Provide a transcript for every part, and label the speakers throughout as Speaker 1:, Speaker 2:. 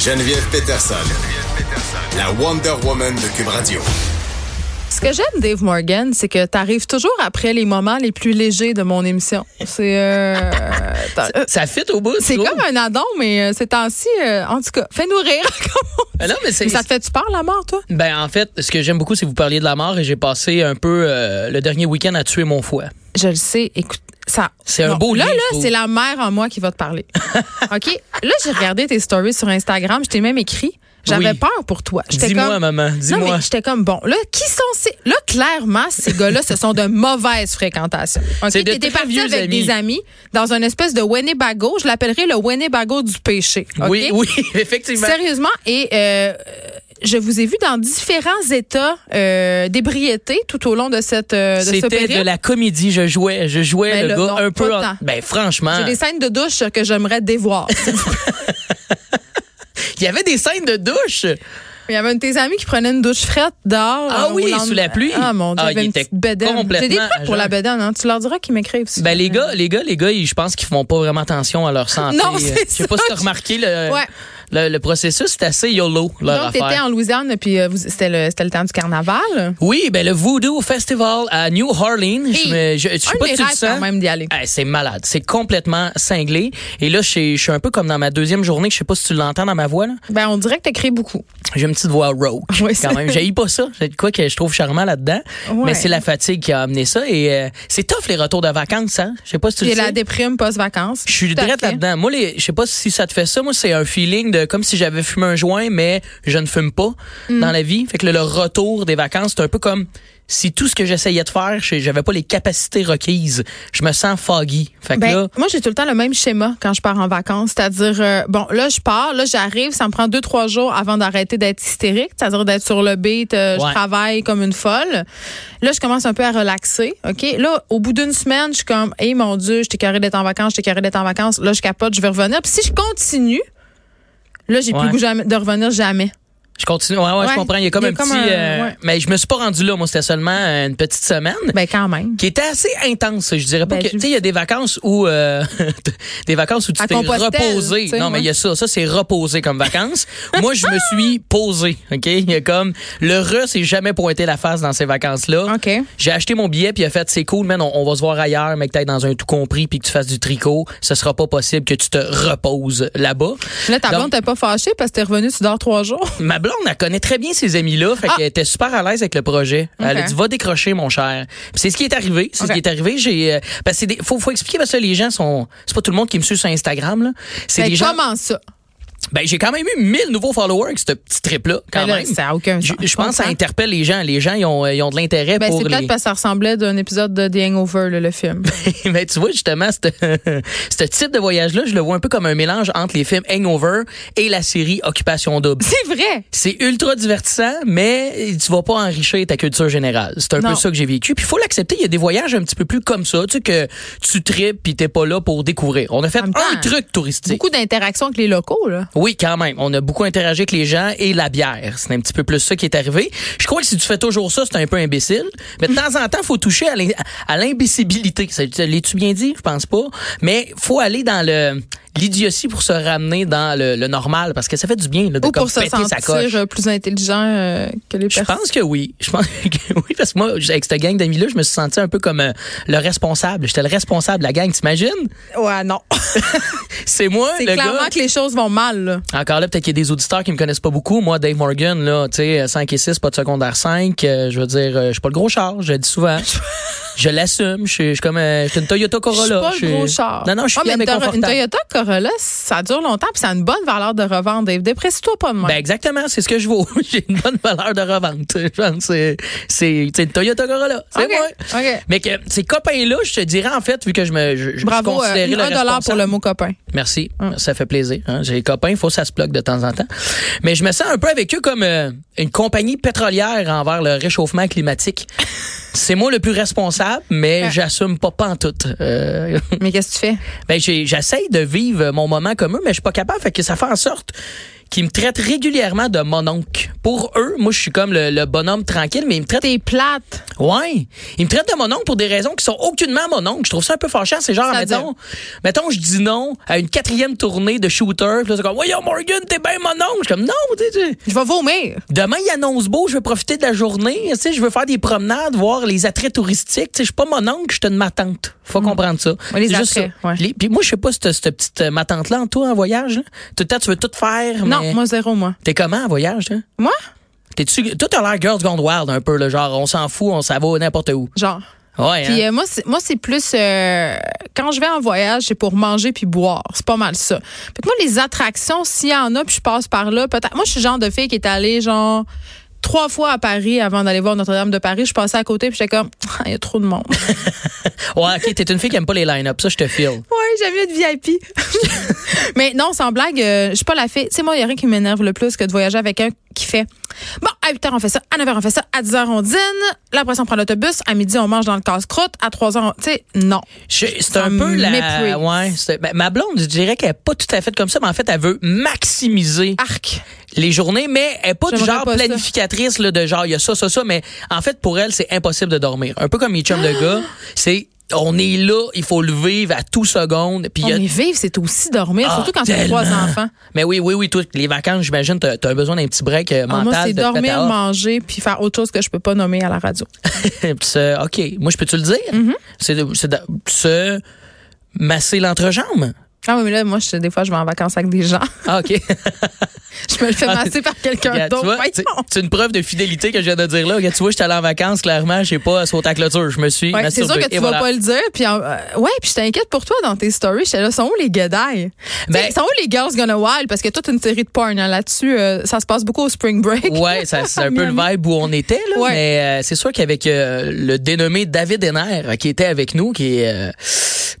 Speaker 1: Geneviève Peterson, la Wonder Woman de Cube Radio.
Speaker 2: Ce que j'aime, Dave Morgan, c'est que tu arrives toujours après les moments les plus légers de mon émission. C'est euh, t'as-
Speaker 3: Ça fit au bout,
Speaker 2: c'est
Speaker 3: tu
Speaker 2: comme
Speaker 3: trouves?
Speaker 2: un addon, mais euh, ces temps-ci, euh, en tout cas, fais-nous rire. comme on
Speaker 3: Ah
Speaker 2: dit.
Speaker 3: non, mais c'est-
Speaker 2: ça te fait-tu peur, la mort, toi?
Speaker 3: Ben, en fait, ce que j'aime beaucoup, c'est que vous parliez de la mort et j'ai passé un peu euh, le dernier week-end à tuer mon foie.
Speaker 2: Je le sais. Écoute, ça.
Speaker 3: C'est un
Speaker 2: Non,
Speaker 3: beau
Speaker 2: Là,
Speaker 3: livre, je
Speaker 2: là,
Speaker 3: trouve.
Speaker 2: c'est la mère en moi qui va te parler. OK? Là, j'ai regardé tes stories sur Instagram. Je t'ai même écrit. J'avais
Speaker 3: Oui.
Speaker 2: peur pour toi. J'étais
Speaker 3: Dis-moi,
Speaker 2: comme-
Speaker 3: maman,
Speaker 2: Non,
Speaker 3: dis-moi.
Speaker 2: mais j'étais comme, bon, là, qui sont ces. Là, clairement, ces gars-là, ce sont de mauvaises fréquentations. OK?
Speaker 3: C'est de
Speaker 2: T'étais
Speaker 3: très
Speaker 2: parti
Speaker 3: vieux
Speaker 2: avec
Speaker 3: amis.
Speaker 2: des amis dans une espèce de Winnebago. Je l'appellerais le Winnebago du péché. OK?
Speaker 3: Oui, oui, effectivement.
Speaker 2: Sérieusement, et euh, je vous ai vu dans différents états euh, d'ébriété tout au long de cette euh, de ce
Speaker 3: C'était
Speaker 2: périple.
Speaker 3: de la comédie, je jouais, je jouais
Speaker 2: Ben
Speaker 3: le
Speaker 2: là,
Speaker 3: gars
Speaker 2: non,
Speaker 3: un peu.
Speaker 2: pas
Speaker 3: en-
Speaker 2: tant.
Speaker 3: Ben franchement,
Speaker 2: J'ai des scènes de douche que j'aimerais dévoir.
Speaker 3: il y avait des scènes de douche.
Speaker 2: Il y avait une de tes amies qui prenait une douche frette dehors.
Speaker 3: Ah
Speaker 2: euh,
Speaker 3: oui,
Speaker 2: au lendemain-
Speaker 3: sous la pluie.
Speaker 2: Ah mon dieu,
Speaker 3: Ah,
Speaker 2: il y avait
Speaker 3: il
Speaker 2: une
Speaker 3: était
Speaker 2: petite bédaine.
Speaker 3: complètement
Speaker 2: J'ai des trucs
Speaker 3: à
Speaker 2: pour la
Speaker 3: jeun.
Speaker 2: bédaine, hein. tu leur diras qu'ils m'écrivent. si
Speaker 3: Ben
Speaker 2: jamais.
Speaker 3: les gars, les gars, les gars, ils- je pense qu'ils font pas vraiment attention à leur santé. Euh,
Speaker 2: Non, c'est
Speaker 3: je sais pas
Speaker 2: ça.
Speaker 3: si t'as remarqué le,
Speaker 2: Ouais.
Speaker 3: le, le processus, c'est assez yolo leur
Speaker 2: Donc,
Speaker 3: affaire.
Speaker 2: t'étais en Louisiane, puis euh, vous- c'était le, c'était le temps du carnaval.
Speaker 3: Oui, ben le Voodoo Festival à New Orleans. Je,
Speaker 2: Hey,
Speaker 3: me- je, je sais
Speaker 2: un
Speaker 3: pas Ah.
Speaker 2: de mes
Speaker 3: si tu le
Speaker 2: rêves quand
Speaker 3: sens.
Speaker 2: même d'y aller.
Speaker 3: Hey, c'est malade, c'est complètement cinglé. Et là, je suis- je suis un peu comme dans ma deuxième journée, que je sais pas si tu l'entends dans ma voix. Là.
Speaker 2: Ben, on dirait que t'as crié beaucoup.
Speaker 3: J'ai une petite voix rauque
Speaker 2: Oui, c'est-
Speaker 3: quand même. J'ai pas ça. J'ai de quoi que je trouve charmant là-dedans.
Speaker 2: Ouais.
Speaker 3: Mais c'est la fatigue qui a amené ça. Et euh, c'est tough les retours de vacances, hein? Je sais pas si tu
Speaker 2: Puis
Speaker 3: le
Speaker 2: la
Speaker 3: sais.
Speaker 2: déprime post-vacances.
Speaker 3: Je suis
Speaker 2: Tout à
Speaker 3: direct
Speaker 2: fait.
Speaker 3: là-dedans. Moi, les, je sais pas si ça te fait ça. Moi, c'est un feeling de comme si j'avais fumé un joint, mais je ne fume pas
Speaker 2: Mm.
Speaker 3: dans la vie. Fait que le, le retour des vacances, c'est un peu comme si tout ce que j'essayais de faire, j'ai- j'avais pas les capacités requises. Je me sens foggy. Fait que
Speaker 2: Ben,
Speaker 3: là,
Speaker 2: moi, j'ai tout le temps le même schéma quand je pars en vacances. C'est-à-dire, euh, bon, là, je pars, là, j'arrive, ça me prend deux, trois jours avant d'arrêter d'être hystérique. C'est-à-dire d'être sur le beat, euh,
Speaker 3: Ouais.
Speaker 2: je travaille comme une folle. Là, je commence un peu à relaxer. OK? Là, au bout d'une semaine, je suis comme, hé, mon Dieu, j'étais carré d'être en vacances, j'étais carré d'être en vacances. Là, je capote, je vais revenir. Puis si je continue, là, j'ai plus
Speaker 3: Ouais.
Speaker 2: le goût jamais- de revenir jamais.
Speaker 3: je continue. Ouais, ouais,
Speaker 2: Ouais.
Speaker 3: je comprends. Il y a comme
Speaker 2: Il y a
Speaker 3: un
Speaker 2: comme
Speaker 3: petit.
Speaker 2: un-
Speaker 3: euh,
Speaker 2: ouais.
Speaker 3: Mais je me suis pas rendu là. Moi, c'était seulement euh, une petite semaine.
Speaker 2: Ben, quand même.
Speaker 3: qui était assez intense. Je dirais pas
Speaker 2: Ben,
Speaker 3: que
Speaker 2: je-
Speaker 3: tu sais il y a des vacances où euh, des vacances où tu
Speaker 2: À
Speaker 3: t'es
Speaker 2: Compostelle, tu
Speaker 3: reposé.
Speaker 2: sais,
Speaker 3: Non mais il y a ça, ça c'est reposé comme vacances. Moi je me suis posé, OK Il y a comme le re s'est jamais pointé la face dans ces vacances là.
Speaker 2: OK.
Speaker 3: J'ai acheté mon billet puis il a fait c'est cool man, on, on va se voir ailleurs mais que t'ailles dans un tout compris puis que tu fasses du tricot, ce sera pas possible que tu te reposes là-bas.
Speaker 2: Là, ta
Speaker 3: Donc,
Speaker 2: blonde, t'es pas fâchée parce que t'es revenu, tu dors trois jours.
Speaker 3: Ma blonde, elle connaît très bien ces amis-là, fait
Speaker 2: Ah.
Speaker 3: qu'elle était super à l'aise avec le projet. Elle a
Speaker 2: Ok.
Speaker 3: dit va décrocher mon cher. Puis c'est ce qui est arrivé, c'est
Speaker 2: Ok.
Speaker 3: ce qui est arrivé, j'ai euh, parce que c'est des- faut faut expliquer parce que les gens sont c'est pas tout le monde qui me suit sur Instagram là. C'est
Speaker 2: Ben,
Speaker 3: des gens
Speaker 2: comment ça?
Speaker 3: ben j'ai quand même eu 1000 nouveaux followers avec ce petit trip là quand
Speaker 2: Ben là,
Speaker 3: même.
Speaker 2: ça a aucun
Speaker 3: Je,
Speaker 2: sens.
Speaker 3: je pense que ça
Speaker 2: Comprends.
Speaker 3: interpelle les gens, les gens ils ont euh, ils ont de l'intérêt
Speaker 2: Ben,
Speaker 3: pour
Speaker 2: c'est
Speaker 3: les
Speaker 2: peut-être parce que ça ressemblait d'un épisode de The Hangover, là, le film.
Speaker 3: Mais Ben, tu vois, justement, ce ce type de voyage-là, je le vois un peu comme un mélange entre les films Hangover et la série Occupation Double.
Speaker 2: C'est vrai.
Speaker 3: C'est ultra divertissant, mais tu vas pas enrichir ta culture générale. C'est un
Speaker 2: Non.
Speaker 3: peu ça que j'ai vécu. Puis faut l'accepter, il y a des voyages un petit peu plus comme ça, tu sais que tu tripes puis t'es pas là pour découvrir. On a fait
Speaker 2: En même temps,
Speaker 3: un truc touristique.
Speaker 2: Beaucoup d'interactions avec les locaux, là.
Speaker 3: Oui, quand même. On a beaucoup interagi avec les gens et la bière. C'est un petit peu plus ça qui est arrivé. Je crois que si tu fais toujours ça, c'est un peu imbécile. Mais de temps en temps, faut toucher à l'im- à l'imbécilité. C'est- L'as-tu bien dit? Je pense pas. Mais faut aller dans le l'idiotie pour se ramener dans le, le normal parce que ça fait du bien là, de
Speaker 2: Ou
Speaker 3: comme
Speaker 2: pour se
Speaker 3: péter sa coche.
Speaker 2: sentir euh, plus intelligent euh, que les
Speaker 3: Je
Speaker 2: personnes.
Speaker 3: pense que oui. Je pense que oui, parce que moi, avec cette gang d'amis-là, je me suis senti un peu comme euh, le responsable. J'étais le responsable de la gang, t'imagines?
Speaker 2: Ouais, non.
Speaker 3: C'est moi,
Speaker 2: C'est
Speaker 3: le
Speaker 2: clairement
Speaker 3: gars.
Speaker 2: que les choses vont mal, là.
Speaker 3: Encore là, peut-être qu'il y a des auditeurs qui me connaissent pas beaucoup. Moi, Dave Morgan, euh, là, tu sais, 5 et 6, pas de secondaire 5. euh, je veux dire, euh, je suis pas le gros char, je le dis souvent. Je l'assume. Je suis je suis comme euh, je suis une Toyota
Speaker 2: Je suis
Speaker 3: Corolla.
Speaker 2: pas le gros char.
Speaker 3: Non, non, je suis
Speaker 2: Ah,
Speaker 3: bien
Speaker 2: mais
Speaker 3: mais
Speaker 2: Tor- Une
Speaker 3: confortable.
Speaker 2: Toyota Corolla, ça dure longtemps puis ça a une bonne valeur de revente. Dave. Dépresse-toi pas de moi.
Speaker 3: Ben exactement, c'est ce que je vaux. J'ai une bonne valeur de revente. Je pense que c'est c'est c'est une Toyota Corolla, c'est
Speaker 2: OK,
Speaker 3: moi.
Speaker 2: OK.
Speaker 3: Mais que ces copains là, je te dirais en fait vu que je me je, je
Speaker 2: Bravo, euh,
Speaker 3: considérais le
Speaker 2: un dollar pour
Speaker 3: responsable.
Speaker 2: le mot Hum. copain.
Speaker 3: Merci, ça fait plaisir. hein. J'ai des copains, il faut que ça se bloque de temps en temps. Mais je me sens un peu avec eux comme euh, une compagnie pétrolière envers le réchauffement climatique. c'est moi le plus responsable, mais j'assume pas pantoute. Euh,
Speaker 2: Mais qu'est-ce que tu fais?
Speaker 3: ben j'ai- j'essaye de vivre mon moment comme eux, mais je suis pas capable. Fait que ça fait en sorte qu'ils me traitent régulièrement de mon oncle. Pour eux, moi je suis comme le, le bonhomme tranquille, mais ils me traitent.
Speaker 2: T'es plate.
Speaker 3: Ouais, ils me traitent de mon oncle pour des raisons qui sont aucunement mon oncle. Je trouve ça un peu fâchant. C'est genre
Speaker 2: C'est-à-dire?
Speaker 3: mettons, mettons je dis non à une quatrième tournée de shooter. Puis là, c'est comme voyons Morgan, t'es bien mon oncle. Je suis comme non, tu sais, tu-
Speaker 2: Je vais vomir.
Speaker 3: Demain, il annonce beau, je veux profiter de la journée, tu sais, je veux faire des promenades, voir les attraits touristiques. Tu sais, je suis pas mon oncle, je suis une ma tante. Faut comprendre ça.
Speaker 2: Hmm. Ouais, les
Speaker 3: C'est juste
Speaker 2: attraits,
Speaker 3: ça.
Speaker 2: ouais.
Speaker 3: Les- Puis moi, je sais pas cette, cette petite euh, ma tante-là en toi en voyage. là. Tout le temps, tu veux tout faire, mais
Speaker 2: Non, moi, zéro, moi.
Speaker 3: t'es comment en voyage? Toi?
Speaker 2: Moi?
Speaker 3: T'es-tu... Tout a l'air girls gone wild un peu, là, genre on s'en fout, on s'en va n'importe où.
Speaker 2: Genre.
Speaker 3: Ouais,
Speaker 2: Puis
Speaker 3: hein?
Speaker 2: euh, moi, c'est- moi, c'est plus euh, quand je vais en voyage, c'est pour manger puis boire. C'est pas mal ça. Fait que moi, les attractions, s'il y en a, puis je passe par là, peut-être. Moi, je suis le genre de fille qui est allée genre trois fois à Paris avant d'aller voir Notre-Dame de Paris. Je passais à côté puis j'étais comme, Ah, il y a trop de monde. ouais,
Speaker 3: ouais, ok, t'es une fille qui aime pas les line-up, ça je te file.
Speaker 2: j'avais être VIP. Mais non, sans blague, euh, je suis pas la fille. Tu sais, moi, il y a rien qui m'énerve le plus que de voyager avec un qui fait. Bon, à 8 h, on fait ça. À 9 h, on fait ça. À 10 h, on dîne. Là, après, ça, on prend l'autobus. À midi, on mange dans le casse-croûte. À 3 h, on... tu sais, non.
Speaker 3: Je- C'est
Speaker 2: Ça
Speaker 3: un peu
Speaker 2: méprise.
Speaker 3: la. Ouais, c'est- ben, ma blonde, je dirais qu'elle est pas tout à fait comme ça, mais en fait, elle veut maximiser
Speaker 2: Arc.
Speaker 3: les journées, mais elle est pas du
Speaker 2: J'aimerais
Speaker 3: genre
Speaker 2: pas ça.
Speaker 3: planificatrice là, de genre il y a ça, ça, ça, mais en fait pour elle c'est impossible de dormir. Un peu comme les chums de gars,
Speaker 2: Ah!
Speaker 3: c'est on est là, il faut le vivre à tout seconde. Puis il y
Speaker 2: Oh,
Speaker 3: a
Speaker 2: mais vivre, c'est aussi dormir,
Speaker 3: Ah,
Speaker 2: surtout quand tu as trois
Speaker 3: tellement.
Speaker 2: enfants.
Speaker 3: Mais oui, oui, oui, toi, les vacances, j'imagine, t'as as besoin d'un petit break euh,
Speaker 2: Ah,
Speaker 3: mental.
Speaker 2: moi, c'est
Speaker 3: de te mettre
Speaker 2: dormir,
Speaker 3: à off.
Speaker 2: manger, puis faire autre chose que je peux pas nommer à la radio.
Speaker 3: Puis c'est, ok, moi je peux tu le dire.
Speaker 2: Mm-hmm.
Speaker 3: C'est de- C'est de se masser l'entrejambe.
Speaker 2: Ah oui, mais là, moi, je, des fois, je vais en vacances avec des gens.
Speaker 3: Ah, ok.
Speaker 2: Je me le fais
Speaker 3: Ah,
Speaker 2: masser par quelqu'un
Speaker 3: Regarde, tu
Speaker 2: d'autre.
Speaker 3: vois,
Speaker 2: Voyons.
Speaker 3: c'est c'est une preuve de fidélité que je viens de dire là. Regarde, tu vois, j'étais allé en vacances, clairement, j'ai pas sauté à la clôture. Je me suis
Speaker 2: Ouais, c'est sûr
Speaker 3: masturbé.
Speaker 2: que tu
Speaker 3: Et
Speaker 2: vas
Speaker 3: voilà.
Speaker 2: pas le dire. Puis, en- euh, ouais, puis je t'inquiète pour toi dans tes stories. J'étais là, sont où les guédailles?
Speaker 3: Ben-
Speaker 2: T'sais, sont où les girls gonna wild? Parce que toute une série de porn hein, là-dessus, euh, ça se passe beaucoup au spring break.
Speaker 3: Ouais, ça, c'est un peu le
Speaker 2: Miami.
Speaker 3: vibe où on était, là.
Speaker 2: Ouais.
Speaker 3: Mais euh, c'est sûr qu'avec euh, le dénommé David Henner, euh, qui était avec nous, qui est euh,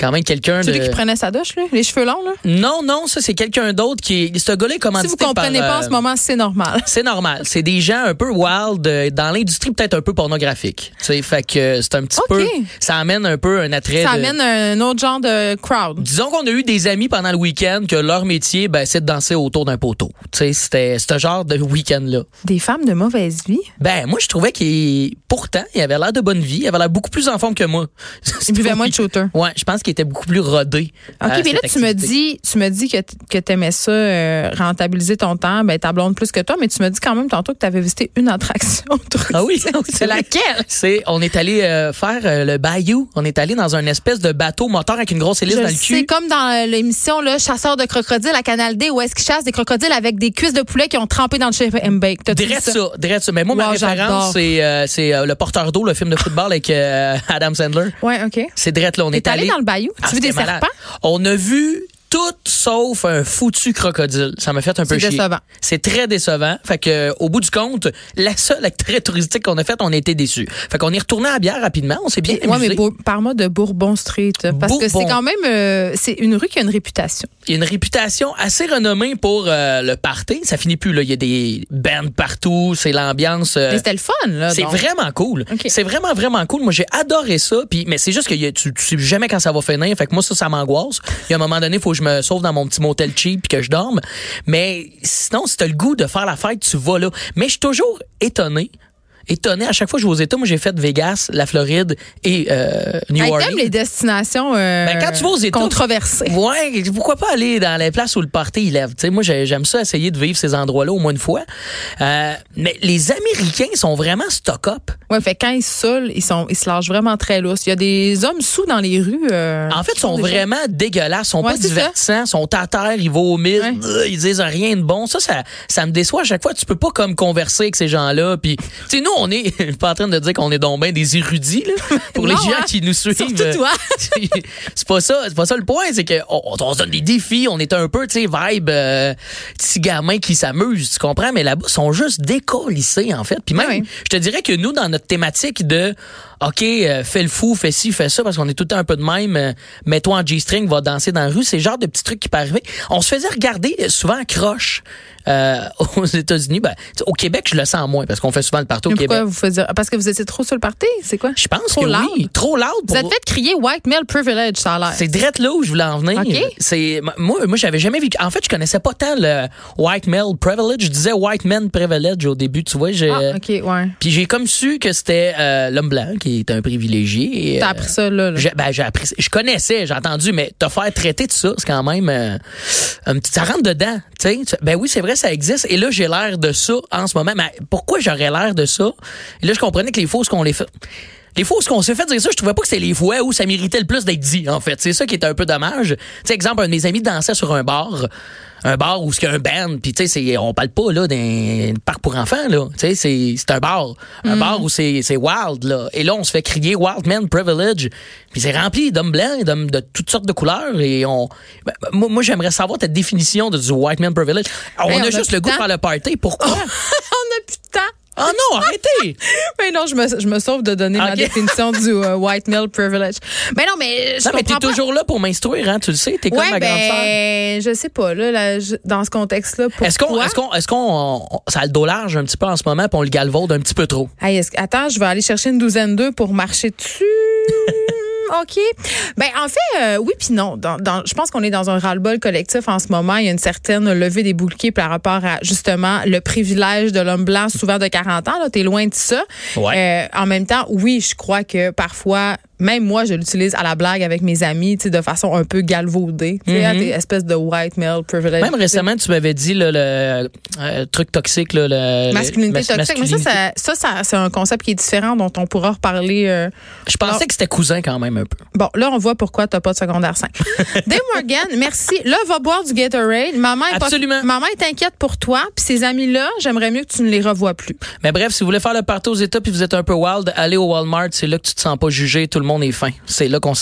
Speaker 3: quand même quelqu'un de.
Speaker 2: Celui qui prenait sa douche, là, les cheveux longs, là.
Speaker 3: Non, non, ça, c'est quelqu'un d'autre qui est. Ce gars-là est
Speaker 2: Si
Speaker 3: commandité
Speaker 2: vous comprenez
Speaker 3: par,
Speaker 2: pas en
Speaker 3: euh,
Speaker 2: ce moment, c'est normal.
Speaker 3: C'est normal. C'est des gens un peu wild euh, dans l'industrie, peut-être un peu pornographique. Tu sais, fait que euh, c'est un petit
Speaker 2: Ok.
Speaker 3: peu. Ça amène un peu un attrait.
Speaker 2: Ça
Speaker 3: de-
Speaker 2: amène un autre genre de crowd.
Speaker 3: Disons qu'on a eu des amis pendant le week-end que leur métier, ben, c'est de danser autour d'un poteau. Tu sais, c'était ce genre de week-end-là.
Speaker 2: Des femmes de mauvaise vie.
Speaker 3: Ben, moi, je trouvais qu'il, pourtant, il avait l'air de bonne vie. Il avait l'air beaucoup plus en forme que moi.
Speaker 2: Il buvait moins de shooter.
Speaker 3: Ouais, je pense qu'il était beaucoup plus rodé.
Speaker 2: OK,
Speaker 3: à
Speaker 2: mais là,
Speaker 3: cette
Speaker 2: tu me
Speaker 3: activité.
Speaker 2: dis, tu me dis que, t- que tu aimais ça, euh, rentabiliser ton temps, ben, ta blonde plus que toi, mais tu me dis quand même tantôt que tu avais visité une attraction. touristique.
Speaker 3: Ah oui,
Speaker 2: c'est laquelle?
Speaker 3: C'est, on est allé euh, faire euh, le bayou. On est allé dans un espèce de bateau moteur avec une grosse hélice dans le
Speaker 2: C'est
Speaker 3: cul.
Speaker 2: comme dans euh, l'émission là, Chasseur de crocodiles à Canal D, où est-ce qu'ils chassent des crocodiles avec des cuisses de poulet qui ont trempé dans le Eh, ben, chip and bake. T'as-tu vu
Speaker 3: Direct ça, direct ça. Mais moi, ma
Speaker 2: Wow, j'adore.
Speaker 3: référence, c'est euh, c'est, euh, Le Porteur d'eau, le film de football avec euh, Adam Sandler.
Speaker 2: Ouais, OK.
Speaker 3: C'est direct là, on est
Speaker 2: T'es allé
Speaker 3: allé
Speaker 2: dans le bayou?
Speaker 3: Ah,
Speaker 2: tu veux des
Speaker 3: c'était malade.
Speaker 2: serpents?
Speaker 3: On a vu tout sauf un foutu crocodile. Ça m'a fait un peu
Speaker 2: C'est
Speaker 3: chier.
Speaker 2: décevant.
Speaker 3: C'est très décevant. Fait que euh, au bout du compte, la seule actrice touristique qu'on a faite, on a été déçus. Fait qu'on est retourné à bière rapidement, on s'est bien
Speaker 2: Ouais,
Speaker 3: amusé.
Speaker 2: mais beau- parle-moi de Bourbon Street. Parce que c'est
Speaker 3: Bourbon. Euh,
Speaker 2: quand même, euh, c'est une rue qui a une réputation.
Speaker 3: Il y a une réputation assez renommée pour euh, le party, ça finit plus là, il y a des bands partout, c'est l'ambiance euh,
Speaker 2: Mais c'était le fun, là.
Speaker 3: C'est
Speaker 2: donc.
Speaker 3: vraiment cool.
Speaker 2: Ok.
Speaker 3: C'est vraiment vraiment cool. Moi j'ai adoré ça. Puis mais c'est juste que y a- tu, tu sais jamais quand ça va finir. Fait que moi ça ça m'angoisse. Il y a un moment donné faut que je me sauve dans mon petit motel cheap puis que je dorme. Mais sinon si t'as le goût de faire la fête tu vas là. Mais je suis toujours étonné. Étonné à chaque fois que je vais aux États. Moi j'ai fait Vegas, la Floride et euh, New
Speaker 2: Hey,
Speaker 3: Orleans.
Speaker 2: t'aimes les destinations euh,
Speaker 3: Ben, quand tu vas aux États-
Speaker 2: controversées.
Speaker 3: Ouais, pourquoi pas aller dans les places où le party il lève. Tu sais, moi, j'ai- j'aime ça essayer de vivre ces endroits-là au moins une fois. Euh, mais les Américains sont vraiment stock-up.
Speaker 2: Ouais, fait quand ils se saoulent, ils sont ils se lâchent vraiment très lousses. Il y a des hommes sous dans les rues. euh,
Speaker 3: En fait,
Speaker 2: qui
Speaker 3: ils sont
Speaker 2: des gens-
Speaker 3: vraiment dégueulasses, sont
Speaker 2: Ouais,
Speaker 3: pas
Speaker 2: c'est
Speaker 3: divertissants, sont à terre, ils vomissent,
Speaker 2: Ouais.
Speaker 3: euh, ils disent rien de bon. Ça, ça, ça me déçoit à chaque fois. Tu peux pas comme converser avec ces gens-là. Puis, tu sais, nous, nous, on est je suis pas en train de dire qu'on est donc ben des érudits, là. Pour les
Speaker 2: Non,
Speaker 3: gens
Speaker 2: hein.
Speaker 3: qui nous suivent.
Speaker 2: Surtout
Speaker 3: euh,
Speaker 2: toi.
Speaker 3: c'est c'est pas ça, c'est pas ça le point, c'est que on, on se donne des défis, on est un peu, tu sais, vibe euh, petit gamin qui s'amuse, tu comprends, mais là-bas, ils sont juste décollissés, en fait. Puis même,
Speaker 2: Ah oui.
Speaker 3: je te dirais que nous, dans notre thématique de OK, euh, fais le fou, fais ci, fais ça, parce qu'on est tout le temps un peu de même, euh, mets-toi en G-string, va danser dans la rue, c'est le genre de petits trucs qui peut arriver. On se faisait regarder euh, souvent à croche euh, aux États-Unis. Ben, tu sais, au Québec, je le sens moins, parce qu'on fait souvent le partout au
Speaker 2: Mais
Speaker 3: Québec.
Speaker 2: pourquoi vous faites dire- Parce que vous étiez trop sur le party, c'est quoi?
Speaker 3: Je pense
Speaker 2: trop
Speaker 3: que
Speaker 2: loud?
Speaker 3: oui. Trop loud
Speaker 2: Vous
Speaker 3: pour...
Speaker 2: êtes fait crier white male privilege, ça a l'air.
Speaker 3: C'est drette là où je voulais en venir.
Speaker 2: OK.
Speaker 3: C'est moi, moi j'avais jamais vécu. En fait, je connaissais pas tant le white male privilege. Je disais white man privilege au début, tu vois. j'ai-
Speaker 2: Ah, ok, ouais.
Speaker 3: Puis j'ai comme su que c'était euh, l'homme blanc qui est un privilégié. et,
Speaker 2: T'as
Speaker 3: euh,
Speaker 2: appris ça là. là.
Speaker 3: j'ai- ben, j'ai appris, ça. je connaissais, j'ai entendu, mais te faire traiter de ça, c'est quand même euh, un petit, ça rentre dedans, tu sais. Tu- Ben oui, c'est vrai, ça existe. Et là, j'ai l'air de ça en ce moment. Mais pourquoi j'aurais l'air de ça Et là, je comprenais que les fausses qu'on les fait. Les fausses qu'on s'est fait dire ça, je trouvais pas que c'était les fois où ça méritait le plus d'être dit, en fait. C'est ça qui était un peu dommage. Tu sais, exemple, un de mes amis dansait sur un bar. Un bar où il y a un band, puis tu sais, c'est- on parle pas là d'un parc pour enfants, là. Tu sais, c'est c'est un bar.
Speaker 2: Mm.
Speaker 3: Un bar où c'est c'est wild, là. Et là, on se fait crier Wild Man Privilege. Puis c'est rempli d'hommes blancs, et d'hommes de toutes sortes de couleurs. Et on. ben, ben, moi, moi, j'aimerais savoir ta définition de, du White Man Privilege. On,
Speaker 2: Hey, Ben, on
Speaker 3: a,
Speaker 2: a
Speaker 3: juste
Speaker 2: plus
Speaker 3: le
Speaker 2: de
Speaker 3: goût de
Speaker 2: temps.
Speaker 3: faire le party. Pourquoi?
Speaker 2: On a plus de temps.
Speaker 3: Ah non, arrêtez!
Speaker 2: Mais non, je me, je me sauve de donner ma
Speaker 3: Ok.
Speaker 2: définition du euh, white male privilege. Mais non, mais je
Speaker 3: Non, mais t'es
Speaker 2: comprends pas.
Speaker 3: toujours là pour m'instruire, hein, tu le sais, t'es comme
Speaker 2: ouais,
Speaker 3: ma grande sœur.
Speaker 2: ben, je sais pas là, là, je- dans ce contexte-là.
Speaker 3: Est-ce qu'on,
Speaker 2: pourquoi?
Speaker 3: est-ce qu'on, est-ce qu'on, on- ça a le dos large un petit peu en ce moment, puis on le galvaude un petit peu trop.
Speaker 2: Hey, est-ce que- attends, je vais aller chercher une douzaine d'œufs pour marcher dessus. OK. Ben en fait, euh, oui puis non. Dans- dans- je pense qu'on est dans un ras-le-bol collectif en ce moment. Il y a une certaine levée des bouliers par rapport à justement le privilège de l'homme blanc, souvent de 40 ans. Là, t'es loin de ça.
Speaker 3: Ouais.
Speaker 2: Euh, en même temps, oui, je crois que parfois, même moi, je l'utilise à la blague avec mes amis, tu sais, de façon un peu galvaudée. Tu sais, hein, t'es espèce de white male privilege.
Speaker 3: Mm-hmm. Même récemment, tu m'avais dit là, le euh, truc toxique, là, le- le,
Speaker 2: Masculinité
Speaker 3: mas-
Speaker 2: toxique. Mais
Speaker 3: masculinité.
Speaker 2: ça, ça, ça, ça, c'est un concept qui est différent dont on pourra reparler. euh,
Speaker 3: Je pensais
Speaker 2: Alors-
Speaker 3: que c'était cousin quand même un peu.
Speaker 2: Bon, là, on voit pourquoi t'as pas de secondaire 5. Dave Morgan, merci. Là, va boire du Gatorade. Maman est, pas-
Speaker 3: Absolument.
Speaker 2: maman est inquiète pour toi. Puis ces amis-là, j'aimerais mieux que tu ne les revois plus.
Speaker 3: Mais bref, si vous voulez faire le party aux États puis vous êtes un peu wild, allez au Walmart, c'est là que tu te sens pas jugé, tout le monde est fin. C'est là qu'on se